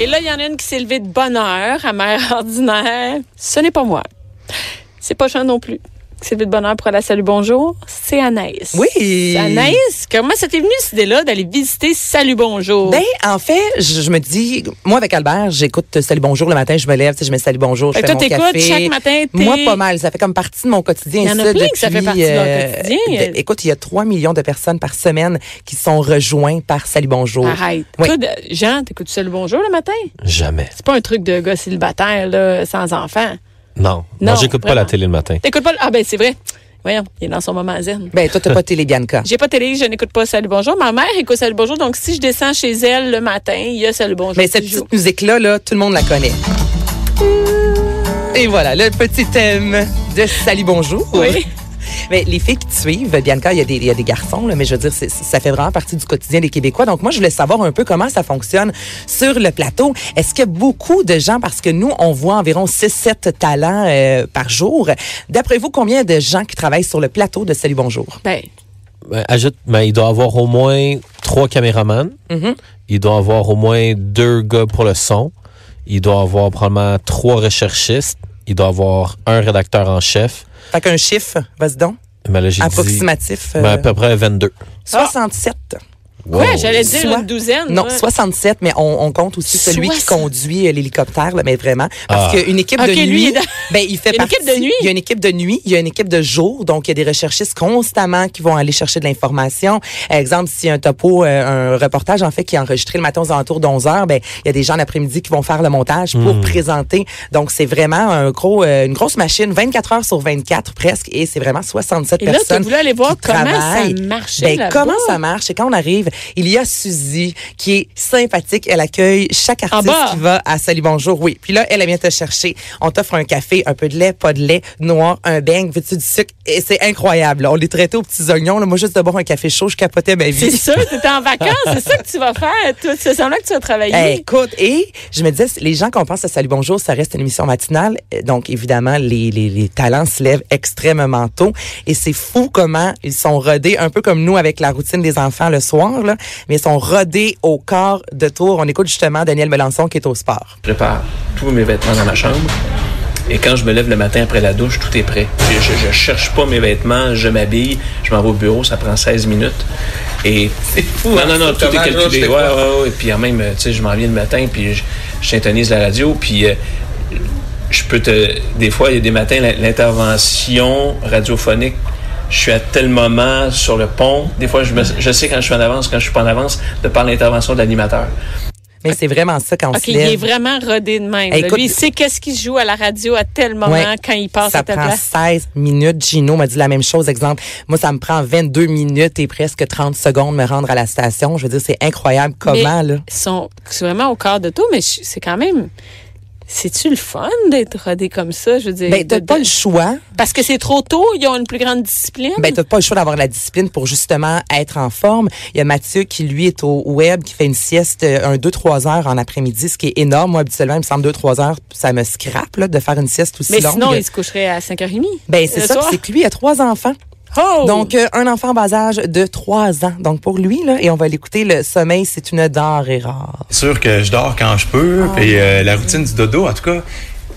Et là, il y en a une qui s'est levée de bonne heure, à mère ordinaire. Ce n'est pas moi. C'est pas Jean non plus. Qui s'est levée de bonne heure pour aller à Salut Bonjour. C'est Anaïs. Oui. Anaïs, comment ça t'est venu cette idée-là d'aller visiter Salut Bonjour? Ben, en fait, je, je me dis, moi avec Albert, j'écoute euh, Salut Bonjour le matin, je me lève, tu sais, je mets Salut Bonjour, je Fait que fais toi, mon t'écoutes café. chaque matin, t'es- Moi, pas mal. Ça fait comme partie de mon quotidien. Il y en a ça, plein que ça fait depuis, euh, partie de leur quotidien. de- écoute, il y a 3 millions de personnes par semaine qui sont rejoints par Salut Bonjour. Arrête. Oui. Toi, de- Jean, t'écoutes Salut Bonjour le matin? Jamais. C'est pas un truc de gars célibataire, là, sans enfant. Non. Non, Non, j'écoute pas vraiment. la télé le matin. T'écoutes pas le- Ah, ben, c'est vrai. Voyons, il est dans son moment zen. Ben, toi, t'as pas télé, Bianca. J'ai pas télé, je n'écoute pas Salut Bonjour. Ma mère écoute Salut Bonjour, donc si je descends chez elle le matin, il y a Salut Bonjour. Mais cette qui joue. petite musique-là, là, tout le monde la connaît. Et voilà, le petit thème de Salut Bonjour. Oui. Mais les filles qui te suivent, Bianca, il y a des, il y a des garçons, là, mais je veux dire, c'est- ça fait vraiment partie du quotidien des Québécois. Donc, moi, je voulais savoir un peu comment ça fonctionne sur le plateau. Est-ce qu'il y a beaucoup de gens, parce que nous, on voit environ 6-7 talents euh, par jour. D'après vous, combien de gens qui travaillent sur le plateau de Salut Bonjour? Ben, Ben, ajoute, ben, il doit avoir au moins trois caméramans. Mm-hmm. Il doit avoir au moins deux gars pour le son. Il doit avoir probablement trois recherchistes. Il doit avoir un rédacteur en chef. Fait qu'un chiffre, vas-y donc, Mais là, j'ai dit- approximatif. euh, ben, à peu près 22. 67. quoi? J'allais dire Soit- une douzaine. Non, moi. 67, mais on, on compte aussi celui qui Soixante- conduit euh, l'hélicoptère, là, mais vraiment. Parce Ah. qu'une équipe Ok, de lui, nuit, il est dans- ben, il Il y fait a une partie. équipe de nuit. Il y a une équipe de nuit, il y a une équipe de jour, donc il y a des recherchistes constamment qui vont aller chercher de l'information. Exemple, si un topo, euh, un reportage, en fait, qui est enregistré le matin aux alentours de 11 heures, ben, il y a des gens l'après-midi qui vont faire le montage pour présenter. Donc, c'est vraiment un gros, euh, une grosse machine, 24 heures sur 24 presque, et c'est vraiment 67 Et là, personnes. tu voulais aller voir qui comment travaillent. ça marchait. Ben, là-bas. comment ça marche? Et quand on arrive, il y a Suzy qui est sympathique. Elle accueille chaque artiste bas. qui va à Salut Bonjour. Oui. Puis là, elle elle vient te chercher. On t'offre un café, un peu de lait, pas de lait, noir, un beigne, veux-tu du sucre? Et c'est incroyable. là. On les traitait aux petits oignons. là. Moi, juste de boire un café chaud, je capotais ma C'est vie. sûr, t'étais en vacances, c'est ça que tu vas faire. Toi, c'est semblant que tu vas travailler. Hey, écoute, et je me disais, les gens qu'on pense à Salut Bonjour, ça reste une émission matinale. Euh, Donc, évidemment, les, les, les talents se lèvent extrêmement tôt. Et c'est fou comment ils sont rodés, un peu comme nous avec la routine des enfants le soir, là, mais ils sont rodés au corps de tour. On écoute justement Daniel Melançon qui est au sport. Je prépare tous mes vêtements dans ma chambre. Et quand je me lève le matin après la douche, tout est prêt. Je, je- je cherche pas mes vêtements, je m'habille, je m'en vais au bureau, ça prend 16 minutes. Et non, non, non, tout est calculé. Ouais, ouais, ouais. Et puis, en même, tu sais, je m'en viens le matin, puis je, je syntonise la radio, puis euh, je peux te. Des fois, il y a des matins, l'in- l'intervention radiophonique, je suis à tel moment sur le pont. Des fois, je, me- je sais quand je suis en avance, quand je suis pas en avance, de par l'intervention de l'animateur. Mais c'est vraiment ça quand on OK, se il lève. est vraiment rodé de même. Hey, là. écoute- Lui, il sait qu'est-ce qu'il joue à la radio à tel moment Ouais. quand il passe ça à ta prend place. 16 minutes. Gino m'a dit la même chose. Exemple, moi, ça me prend 22 minutes et presque 30 secondes de me rendre à la station. Je veux dire, c'est incroyable Mais comment, là. Ils sont c'est vraiment au quart de tout, mais je- c'est quand même. C'est-tu le fun d'être rodé comme ça? Je veux dire, Ben, t'as de- pas de- le choix. parce que c'est trop tôt, ils ont une plus grande discipline. Ben, t'as pas le choix d'avoir la discipline pour justement être en forme. Il y a Mathieu qui, lui, est au web, qui fait une sieste, euh, un 2-3 heures en après-midi, ce qui est énorme. Moi, habituellement, il me semble 2-3 heures, ça me scrape, là, de faire une sieste aussi mais longue. sinon, ils se coucheraient à 5h30. ben, c'est le ça, puis soir. c'est que lui, il a trois enfants. Oh! Donc, euh, un enfant en bas âge de trois ans. Donc, pour lui, là, et on va l'écouter, le sommeil, c'est une dent et rare. C'est sûr que je dors quand je peux. Ah Puis euh, la routine du dodo, en tout cas,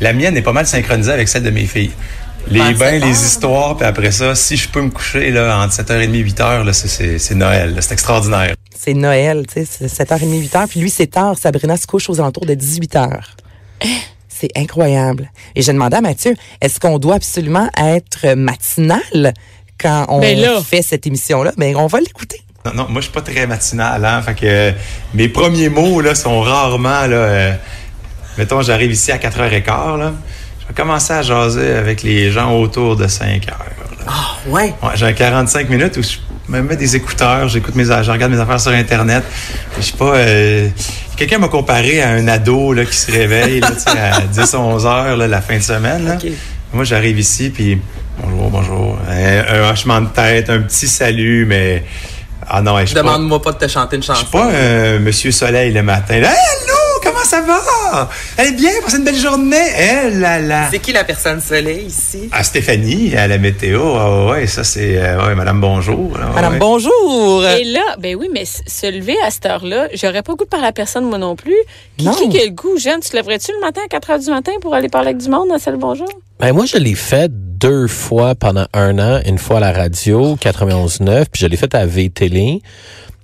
la mienne est pas mal synchronisée avec celle de mes filles. Ah, Les bains, les histoires, puis après ça, si je peux me coucher là, entre 7h30 et 8h, là, c'est- c'est c'est Noël. là. C'est extraordinaire. C'est Noël, tu sais, c'est 7h30, 8h. Puis lui, c'est tard. Sabrina se couche aux alentours de 18h. Eh! C'est incroyable. Et j'ai demandé à Mathieu, est-ce qu'on doit absolument être matinal quand on Ben là. fait cette émission-là? Mais on va l'écouter. Non, non, moi, je suis pas très matinal. Hein, fait que euh, mes premiers mots là, sont rarement... Là, euh, mettons, j'arrive ici à 4h15. Là, je vais commencer à jaser avec les gens autour de 5h. là. Ouais. Ouais, j'ai un 45 minutes où je me mets des écouteurs, j'écoute mes, je regarde mes affaires sur Internet. Je suis pas euh, Quelqu'un m'a comparé à un ado là, qui se réveille là, tu sais, à 10-11 heures là, la fin de semaine. là. Moi, j'arrive ici, puis bonjour, bonjour. Un, un hochement de tête, un petit salut, mais... Ah non, je suis pas- Demande-moi pas de te chanter une je chanson. suis pas un Monsieur Soleil le matin. Là, Allô, comment ça va? Elle est bien, passez une belle journée. Eh là là. C'est qui la personne soleil ici? À Stéphanie, à la météo, ah ouais, ça c'est euh, ouais, Madame Bonjour. là, ouais, Madame, ouais. bonjour. Et là, ben oui, mais s- se lever à cette heure-là, j'aurais pas le goût de parler à personne, moi non plus. Qui, Non. qui qui a le goût? Jeanne, tu te leverais-tu le matin à 4 h du matin pour aller parler avec du monde à Salut Bonjour? Ben, moi, je l'ai fait deux fois pendant un an. Une fois à la radio, 91.9, puis je l'ai fait à VTL.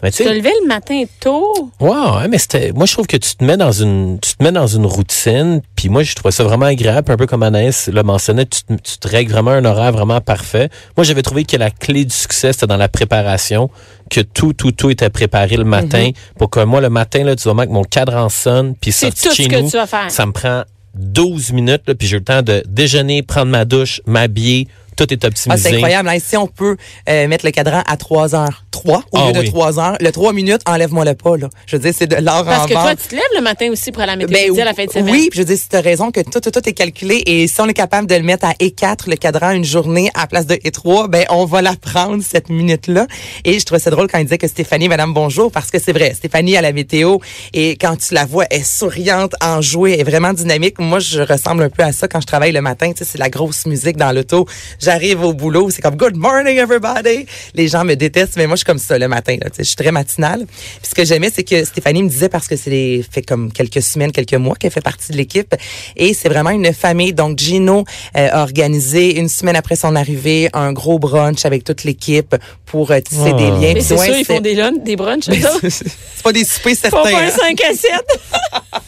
Ben, tu Te sais, lever le matin tôt? ouais, ouais, mais c'était, moi, je trouve que tu te mets dans une, tu te mets dans une routine, puis moi, je trouvais ça vraiment agréable, puis un peu comme Anaïs le mentionnait, tu, te- tu te règles vraiment un horaire vraiment parfait. Moi, j'avais trouvé que la clé du succès, c'était dans la préparation, que tout, tout, tout était préparé le Mhm. matin, pour que moi, le matin, là, du moment que mon cadran sonne, puis C'est sorti tout chez ce que nous, tu vas faire. ça me prend 12 minutes, là, puis j'ai le temps de déjeuner, prendre ma douche, m'habiller, tout est optimisé. Ah, c'est incroyable. Là, si on peut euh, mettre le cadran à 3 heures, 3 au Ah lieu oui. de 3 heures, le 3 minutes, enlève-moi le pas. Là. Je veux dire, c'est de l'or en Parce que vente. toi, tu te lèves le matin aussi pour aller à la météo Ah, Ben, midi à la fin de semaine. Oui, puis je dis, tu as raison que tout, tout, tout est calculé et si on est capable de le mettre à E4, le cadran, une journée à la place de E3, ben on va la prendre cette minute-là. Et je trouvais ça drôle quand il disait que Stéphanie, Madame Bonjour, parce que c'est vrai, Stéphanie à la météo et quand tu la vois, elle est souriante, enjouée, elle est vraiment dynamique. Moi, je ressemble un peu à ça quand je travaille le matin. Tu sais, c'est la grosse musique dans l'auto. J'arrive au boulot, c'est comme Good morning everybody. Les gens me détestent, mais moi, je suis comme ça le matin. Là, Tu sais, je suis très matinale. Puis ce que j'aimais, c'est que Stéphanie me disait parce que c'est des- fait comme quelques semaines, quelques mois qu'elle fait partie de l'équipe. Et c'est vraiment une famille. Donc, Gino euh, a organisé une semaine après son arrivée un gros brunch avec toute l'équipe pour euh, tisser des liens. Mais Puis c'est ouais, sûr, ils font c'est- des, lun- des brunchs. Mais eux autres. c'est- c'est pas des soupers Ils font certains. pas un hein. 5 à 7.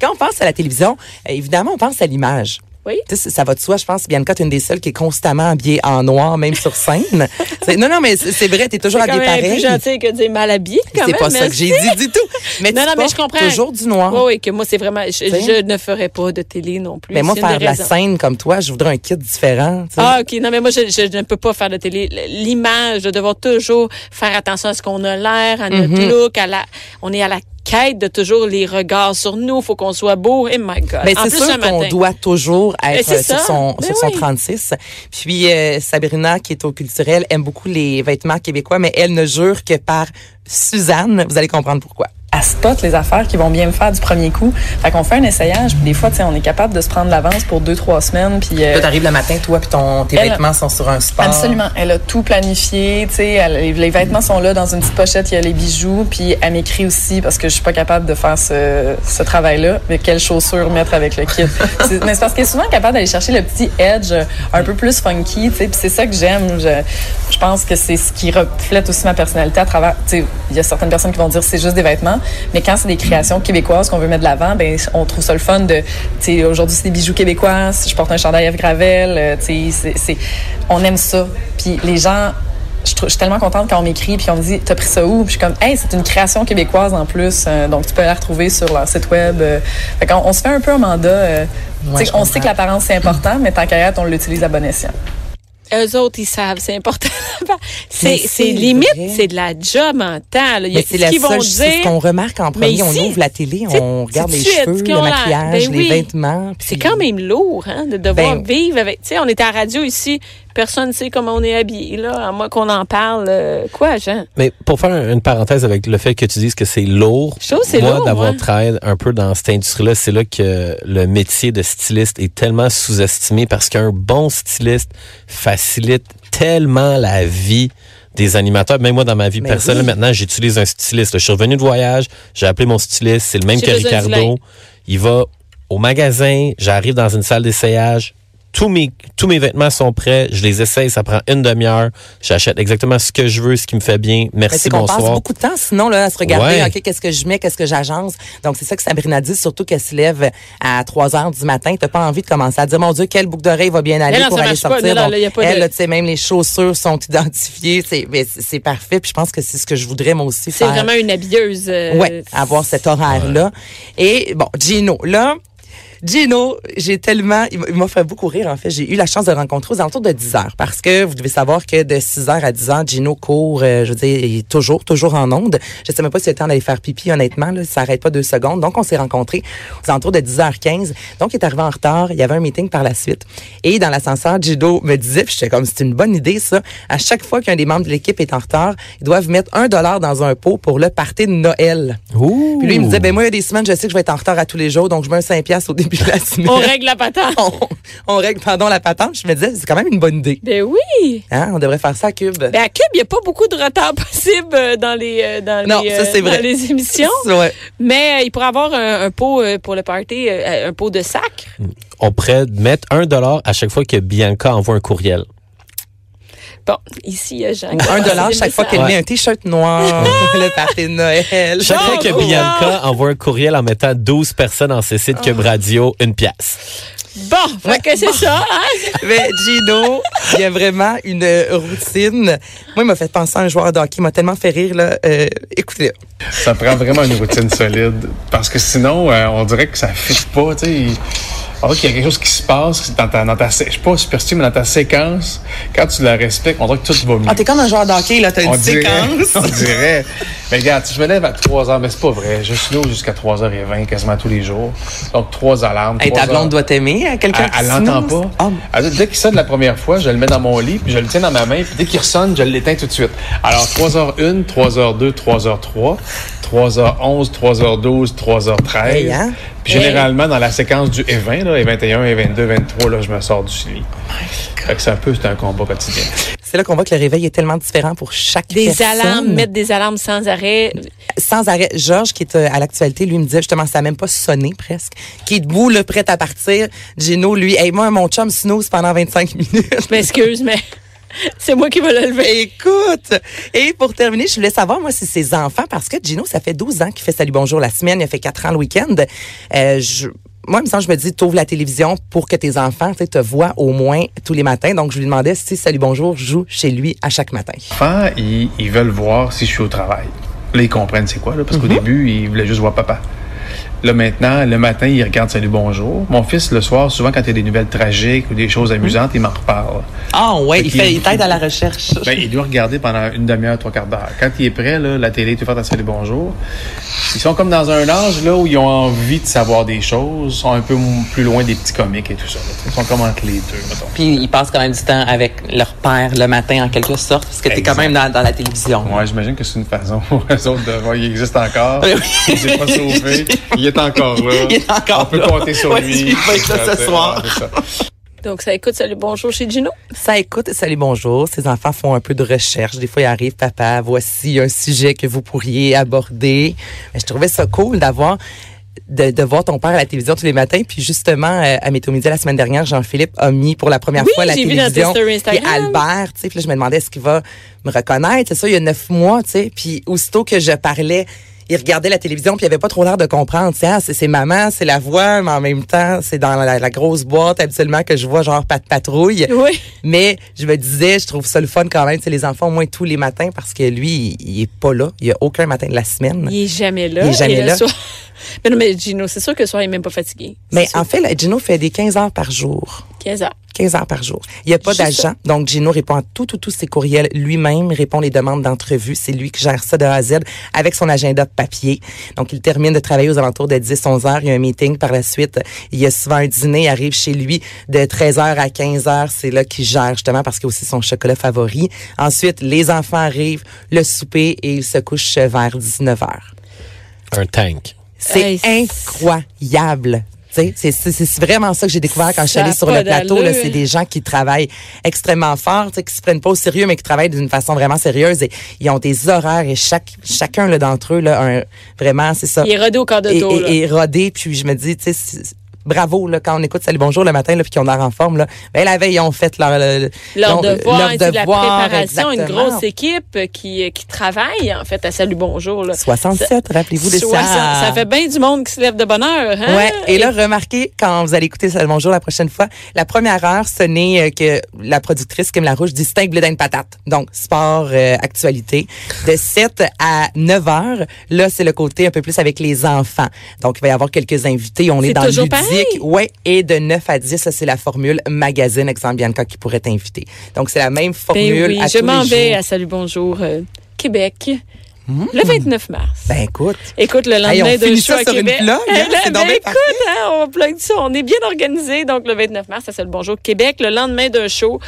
Quand on pense à la télévision, euh, évidemment, on pense à l'image. Oui. Tu sais, ça va de soi, je pense. Bianca, t'es une des seules qui est constamment habillée en noir, même sur scène. C'est- non, non, mais c'est c'est vrai, t'es toujours C'est quand habillée même plus pareil. gentil que de dire mal habillé, quand C'est même. pas ça que merci. j'ai dit du tout. Mais Non, tu non, mais portes je comprends. toujours du noir. Oui, oui, que moi, c'est vraiment. Je, sais. je ne ferais pas de télé non plus. Mais Ben, moi, C'est une faire de la raison. scène comme toi, je voudrais un kit différent. tu sais. Ah, OK. Non, mais moi, je, je ne peux pas faire de télé. L'image, de devoir toujours faire attention à ce qu'on a l'air, à notre Mm-hmm. look, à la, on est à la quête de toujours les regards sur nous. faut qu'on soit beau. Et my God. Mais Ben, en Ben, c'est plus, ce sûr qu'on matin. doit toujours Mais être c'est euh, sur ça. son, Ben sur son oui. 36. Puis euh, Sabrina, qui est au culturel, aime beaucoup les vêtements québécois, mais elle ne jure que par Suzanne. Vous allez comprendre pourquoi. à spot les affaires qui vont bien me faire du premier coup. Fait qu'on fait un essayage, puis des fois, tu sais, on est capable de se prendre l'avance pour deux, trois semaines, puis... euh, Toi, t'arrives le matin, toi, puis ton, tes Elle- vêtements sont sur un sport. Absolument. Elle a tout planifié. Tu sais, elle- les- les vêtements sont là dans une petite pochette. Il y a les bijoux. Puis elle m'écrit aussi parce que je suis pas capable de faire ce, ce travail-là. Mais quelles chaussures mettre avec le kit C'est- Mais c'est parce qu'elle est souvent capable d'aller chercher le petit edge euh, un peu plus funky. Tu sais, puis c'est ça que j'aime. Je, je pense que c'est ce qui reflète aussi ma personnalité à travers. Tu sais, il y a certaines personnes qui vont dire c'est juste des vêtements, mais quand c'est des créations québécoises qu'on veut mettre de l'avant, ben on trouve ça le fun de. Tu sais, aujourd'hui c'est des bijoux québécois. Si Je porte un chandail F Gravel. euh, Tu sais, c'est- c'est on aime ça. Puis les gens, je, trou- je suis tellement contente quand on m'écrit puis on me dit t'as pris ça où Puis je suis comme hey c'est une création québécoise en plus, Euh, donc tu peux la retrouver sur leur site web. Euh, fait qu'on- on, se fait un peu un mandat. euh, Ouais, tu sais, je on sait comprends. que l'apparence c'est important, mais tant qu'à y être, on l'utilise à bon escient. Eux autres, ils savent, c'est important. Mais c'est, c'est c'est limite, vrai. c'est de la job en temps. Là. Il y a Mais c'est la ce qu'ils vont seule c'est ce dire. qu'on remarque en premier. Mais on ici, ouvre la télé, c'est- on regarde c'est les tout de suite cheveux, ce le qu'on a. maquillage, Ben les oui. vêtements. puis- C'est quand même lourd hein, de devoir Ben- vivre avec. Tu sais, on est à la radio ici, personne ne sait comment on est habillé. Là, à moins qu'on en parle. euh, quoi, Jean? Mais pour faire une parenthèse avec le fait que tu dises que c'est lourd, Je trouve que c'est moi lourd, d'avoir ouais. travaillé un peu dans cette industrie-là, c'est là que le métier de styliste est tellement sous-estimé parce qu'un bon styliste facilite tellement la vie des animateurs. Même moi, dans ma vie Ben Mais personnelle, oui. maintenant, j'utilise un styliste. Je suis revenu de voyage, j'ai appelé mon styliste, c'est le même J'ai que besoin du linge. Ricardo. Il va au magasin, j'arrive dans une salle d'essayage, tous mes, tous mes vêtements sont prêts, je les essaye, ça prend une demi-heure, j'achète exactement ce que je veux, ce qui me fait bien. Mais Merci, Ben, c'est qu'on passe bonsoir. beaucoup de temps, sinon, là, à se regarder, Ouais. OK, qu'est-ce que je mets, qu'est-ce que j'agence. Donc, c'est ça que Sabrina dit, surtout qu'elle se lève à 3 heures du matin. T'as pas envie de commencer à dire, mon Dieu, quelle boucle d'oreille va bien aller non, pour ça aller marche pas. sortir. Non, non, Donc, là, y a pas de- elle, là, tu sais, même les chaussures sont identifiées. C'est, mais c'est- c'est parfait. Puis je pense que c'est ce que je voudrais, moi C'est aussi, faire. vraiment une habilleuse. euh, Ouais, avoir cet horaire-là. Et bon, Gino, là, Gino, j'ai tellement, il m'a- il m'a fait beaucoup rire, en fait. J'ai eu la chance de le rencontrer aux alentours de 10 heures parce que vous devez savoir que de 6 heures à 10 heures, Gino court, euh, je veux dire, il est toujours, toujours en onde. Je ne sais même pas si le temps d'aller faire pipi, honnêtement, là, ça n'arrête pas deux secondes. Donc, on s'est rencontrés aux alentours de 10h15. Donc, il est arrivé en retard. Il y avait un meeting par la suite. Et dans l'ascenseur, Gino me disait, puis j'étais comme, c'est une bonne idée, ça. À chaque fois qu'un des membres de l'équipe est en retard, ils doivent mettre un dollar dans un pot pour le party de Noël. Ouh. Puis lui, il me disait, ben moi, il y a des semaines, je sais que je vais être en retard à tous les jours, donc je mets un 5 piastres au début de la semaine. On règle la patente. on, on règle, pardon, la patente. Je me disais, c'est quand même une bonne idée. Ben oui. Hein? On devrait faire ça à Cube. Ben à Cube, il n'y a pas beaucoup de retard possible euh, dans les, euh, dans Non, les, ça, c'est dans vrai. les émissions. Ouais. Mais euh, il pourrait avoir un, un pot euh, pour le party, euh, un pot de sac. On pourrait mettre un dollar à chaque fois que Bianca envoie un courriel. Bon, ici, euh, j'ai Ou un dollar chaque fois qu'elle Ouais. met un t-shirt noir, le party de Noël. Chaque fois que oh, Bravo! Bianca envoie un courriel en mettant 12 personnes en CC de Oh. Cube Radio, une pièce. Bon, fait que c'est ça. Hein? Mais Ben, Gino, il y a vraiment une routine. Moi, il m'a fait penser à un joueur de hockey. Il m'a tellement fait rire, là. Euh, écoutez, Ça prend vraiment une routine solide. Parce que sinon, euh, on dirait que ça fiche pas, tu sais. Il- On dirait qu'il y a quelque chose qui se passe dans ta, dans ta sé- je sais pas, superstitieux, mais dans ta séquence. Quand tu la respectes, on dirait que tout va mieux. ah, t'es comme un joueur de hockey, là. T'as une on dirait, séquence. on dirait. Mais regarde, si je me lève à 3h, mais c'est pas vrai. Je suis là jusqu'à 3h20 quasiment tous les jours. Donc, trois alarmes. Hey, ta trois blonde doit t'aimer, hein, quelqu'un elle, qui elle l'entend snooze. pas. Ah, Elle dit, dès qu'il sonne la première fois, je le mets dans mon lit, puis je le tiens dans ma main, puis dès qu'il sonne, je l'éteins tout de suite. Alors, 3h01, 3h02, 3h03, 3h11, 3h12, 3h13. Hey, hein? Puis généralement, dans la séquence du E20, là, E21, E22, 23, là, je me sors du lit. Oh Fait que c'est un peu, c'est un combat quotidien. C'est là qu'on voit que le réveil est tellement différent pour chaque Des personne. alarmes, mettre des alarmes sans arrêt. sans arrêt. Georges, qui est euh, à l'actualité, lui me disait justement, ça n'a même pas sonné presque. Qui est debout, le prêt à partir. Gino, lui, hey, moi, mon chum snooze pendant 25 minutes. Ben, Je m'excuse, Ben, mais c'est moi qui vais le lever. Écoute! Et pour terminer, je voulais savoir, moi, si ses enfants, parce que Gino, ça fait 12 ans qu'il fait Salut Bonjour la semaine, il a fait 4 ans le week-end. Euh, je- moi, il me semble, je me dis, t'ouvres la télévision pour que tes enfants tu sais, te voient au moins tous les matins. Donc, je lui demandais si Salut Bonjour joue chez lui à chaque matin. enfants, ils, ils veulent voir si je suis au travail. Là, ils comprennent c'est quoi, là, parce qu'au Mhm. début, ils voulaient juste voir papa. Là, maintenant, le matin, ils regardent Salut Bonjour. Mon fils, le soir, souvent, quand il y a des nouvelles tragiques ou des choses Mhm. amusantes, il m'en reparle. Ah, ouais, il fait- il t'aide à la recherche. Ben, il doit regarder pendant une demi-heure, trois quarts d'heure. Quand il est prêt, là, la télé, tout fait à Salut Bonjour. Ils sont comme dans un âge là, où ils ont envie de savoir des choses, sont un peu m- plus loin des petits comiques et tout ça. là. Ils sont comme entre les deux, mettons. Puis ils passent quand même du temps avec leur père le matin en quelque sorte, parce que t'es quand Exact. même dans, dans la télévision. Ouais, j'imagine que c'est une façon pour eux autres de voir. Il existe encore. Oui. Il s'est pas sauvé. Il est encore là. Il est encore On peut là. compter sur Ouais, lui. il va être là ce Ouais, c'est soir. ça. Donc, ça écoute, salut, bonjour chez Gino. Ça écoute, salut, bonjour. Ces enfants font un peu de recherche. Des fois, ils arrivent, papa, voici un sujet que vous pourriez aborder. Mais je trouvais ça cool d'avoir de, de voir ton père à la télévision tous les matins. Puis justement, euh, à Météo Midi la semaine dernière, Jean-Philippe a mis pour la première Oui, fois la j'ai vu dans tes télévision. stories Instagram. Puis Albert, tu sais, puis là, je me demandais est-ce qu'il va me reconnaître. C'est ça, il y a neuf mois, tu sais. Puis aussitôt que je parlais, il regardait la télévision, puis il avait pas trop l'air de comprendre. Tu sais, Ah, c'est c'est maman, c'est la voix, mais en même temps, c'est dans la, la grosse boîte habituellement que je vois genre pas de patrouille. Oui. Mais je me disais, je trouve ça le fun quand même, tu sais, les enfants au moins tous les matins parce que lui, il, il est pas là. Il y a aucun matin de la semaine. Il est jamais là. Il est jamais Et le là. soir- Mais non, mais Gino, c'est sûr que le soir, il est même pas fatigué. Mais C'est en sûr. fait, là, Gino fait des 15 heures par jour. 15 heures. 15 heures par jour. Il n'y a pas Juste d'agent. Donc, Gino répond à tout, tout, tous ses courriels lui-même, répond les demandes d'entrevue. C'est lui qui gère ça de A à Z avec son agenda papier. Donc, il termine de travailler aux alentours de 10, 11 heures. Il y a un meeting par la suite. Il y a souvent un dîner. Il arrive chez lui de 13 heures à 15 heures. C'est là qu'il gère justement parce qu'il y a aussi son chocolat favori. Ensuite, les enfants arrivent, le souper et il se couche vers 19 heures. Un tank. C'est Hey, c'est- incroyable. Tu sais, C'est c'est- c'est vraiment ça que j'ai découvert quand je suis Ça a allée sur pas le plateau. là. d'allure. C'est des gens qui travaillent extrêmement fort, tu sais, qui se prennent pas au sérieux, mais qui travaillent d'une façon vraiment sérieuse. Et ils ont des horaires et chaque, chacun là, d'entre eux, là, un- vraiment, c'est ça. Il est rodé au quart de Ah. Et- tour, là. et, et rodé. Puis je me dis, tu sais, c'est- bravo là, quand on écoute Salut Bonjour le matin, là, puis qu'on est en forme. Là, ben, la veille, ils ont fait leur, le- Leur leur- devoir, c'est de la devoir, préparation, une exactement. grosse équipe euh, qui, qui travaille, en fait, à Salut Bonjour. Là. 67, rappelez-vous de Soixante- ça. Ça fait bien du monde qui se lève de bonne heure. Hein? Ouais. Et là, remarquez, quand vous allez écouter ça le bonjour la prochaine fois, la première heure, ce n'est euh, que la productrice Kim Larouche distingue blé d'une patate. Donc, sport, euh, actualité. De 7 à 9 heures, là, c'est le côté un peu plus avec les enfants. Donc, il va y avoir quelques invités. On est, C'est dans le toujours ludique. musique. Ouais, et de 9 à 10, ça, c'est la formule magazine, exemple Bianca, qui pourrait t'inviter. Donc, c'est la même Ben formule oui, à je tous m'en les vais jours. Hmm. à Salut Bonjour euh, Québec le 29 mars. Ben, écoute. Écoute, le lendemain Hey, on de finit show ça à sur une Québec. plug, hein? Hey, là, C'est ben, donc bien écoute, hein, on plug ça. On est bien organisé. Donc, le 29 mars, ça c'est le bonjour Québec. Le lendemain d'un show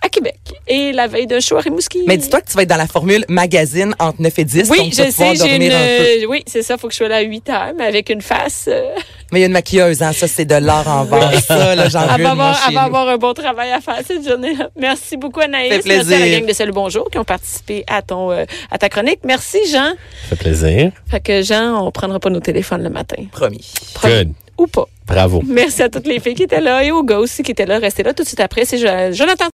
à Québec. Et la veille d'un show à Rimouski. Mais dis-toi que tu vas être dans la formule magazine entre 9 et 10. Oui, donc tu vas je sais, pouvoir j'ai dormir un peu. une. Oui, c'est ça, faut que je sois là à 8 heures, mais avec une face. euh, Mais il y a une maquilleuse, hein, ça, c'est de l'art en vente. Ça, là, j'en elle veux va, une, moi, avoir, chez elle va nous. avoir un bon travail à faire cette journée-là. Merci beaucoup, Anaïs. Fait Merci à la plaisir. gang de Salut Bonjour qui ont participé à, ton, euh, à ta chronique. Merci, Jean. Ça fait plaisir. Fait que, Jean, on prendra pas nos téléphones le matin. Promis. Promis. Good. Ou pas. Bravo. Merci à toutes les filles qui étaient là et aux gars aussi qui étaient là. Restez là tout de suite après. C'est Jo- Jonathan